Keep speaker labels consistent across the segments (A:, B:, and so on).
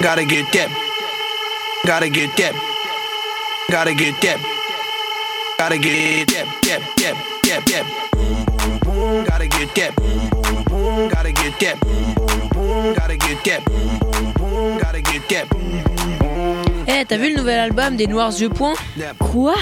A: Gotta get that. Gotta get that. Gotta get that. Gotta get that. That. That. That. That. Boom. Boom. Boom. Gotta get that. Boom. Boom. Boom. Gotta get that. Boom. Boom. Boom. Gotta get that. Boom. Boom. Boom. Gotta get that. Boom. Boom. Boom.
B: Eh, t'as vu le nouvel album des Noirs Yeux Point
A: That.
C: Quoi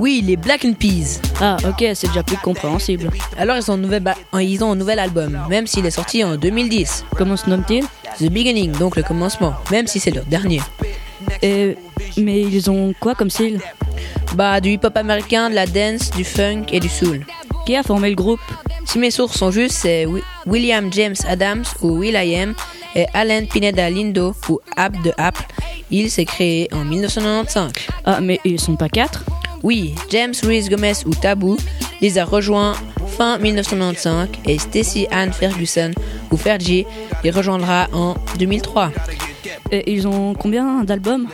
B: Oui, les Black and Peas.
C: Ah, ok, c'est déjà plus compréhensible.
B: Alors ils ont, un nouvel ba- euh, ils ont un nouvel album, même s'il est sorti en 2010.
C: Comment se nomme-t-il
B: The Beginning, donc le commencement, même si c'est leur dernier.
C: Et... Euh, Mais ils ont quoi comme style
B: Bah, du hip-hop américain, de la dance, du funk et du soul.
C: Qui a formé le groupe
B: Si mes sources sont justes, c'est Wi- William James Adams ou Will.i.am et Alan Pineda Lindo ou App de Apple. Il s'est créé en 1995.
C: Ah, mais ils sont pas quatre
B: Oui, James Ruiz Gomez ou Tabou les a rejoints fin 1995 et Stacy Ann Ferguson ou Fergie les rejoindra en 2003.
C: Et ils ont combien d'albums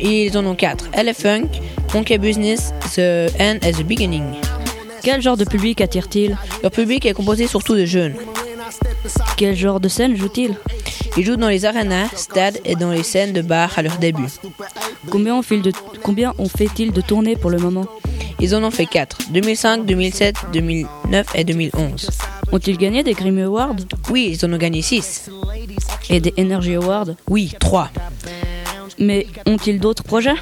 B: Ils en ont quatre LF Funk, Monkey Business, The End and the Beginning.
C: Quel genre de public attire-t-il
B: Leur public est composé surtout de jeunes.
C: Quel genre de scène joue-t-il
B: Ils jouent dans les arenas, stades et dans les scènes de bar à leur début.
C: Combien on fait de, combien on fait-il de tournées pour le moment
B: Ils en ont fait 4, 2005, 2007, 2009 et 2011.
C: Ont-ils gagné des Grammy Awards
B: Oui, ils en ont gagné 6.
C: et des Energy Awards
B: Oui, 3.
C: Mais ont-ils d'autres projets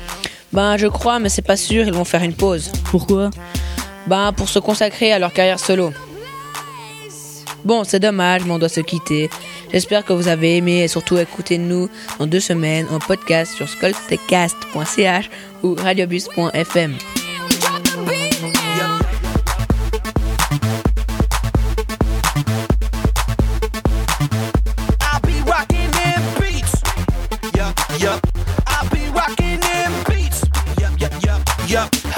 B: Ben, je crois, mais c'est pas sûr, ils vont faire une pause.
C: Pourquoi
B: Ben, pour se consacrer à leur carrière solo. Bon, c'est dommage, mais on doit se quitter. J'espère que vous avez aimé et surtout écoutez-nous dans deux semaines en podcast sur skoltecast.ch ou radiobus.fm.
A: I be rocking them beats. Yup, yup. I be rocking them beats. Yup, yup, yup, yup.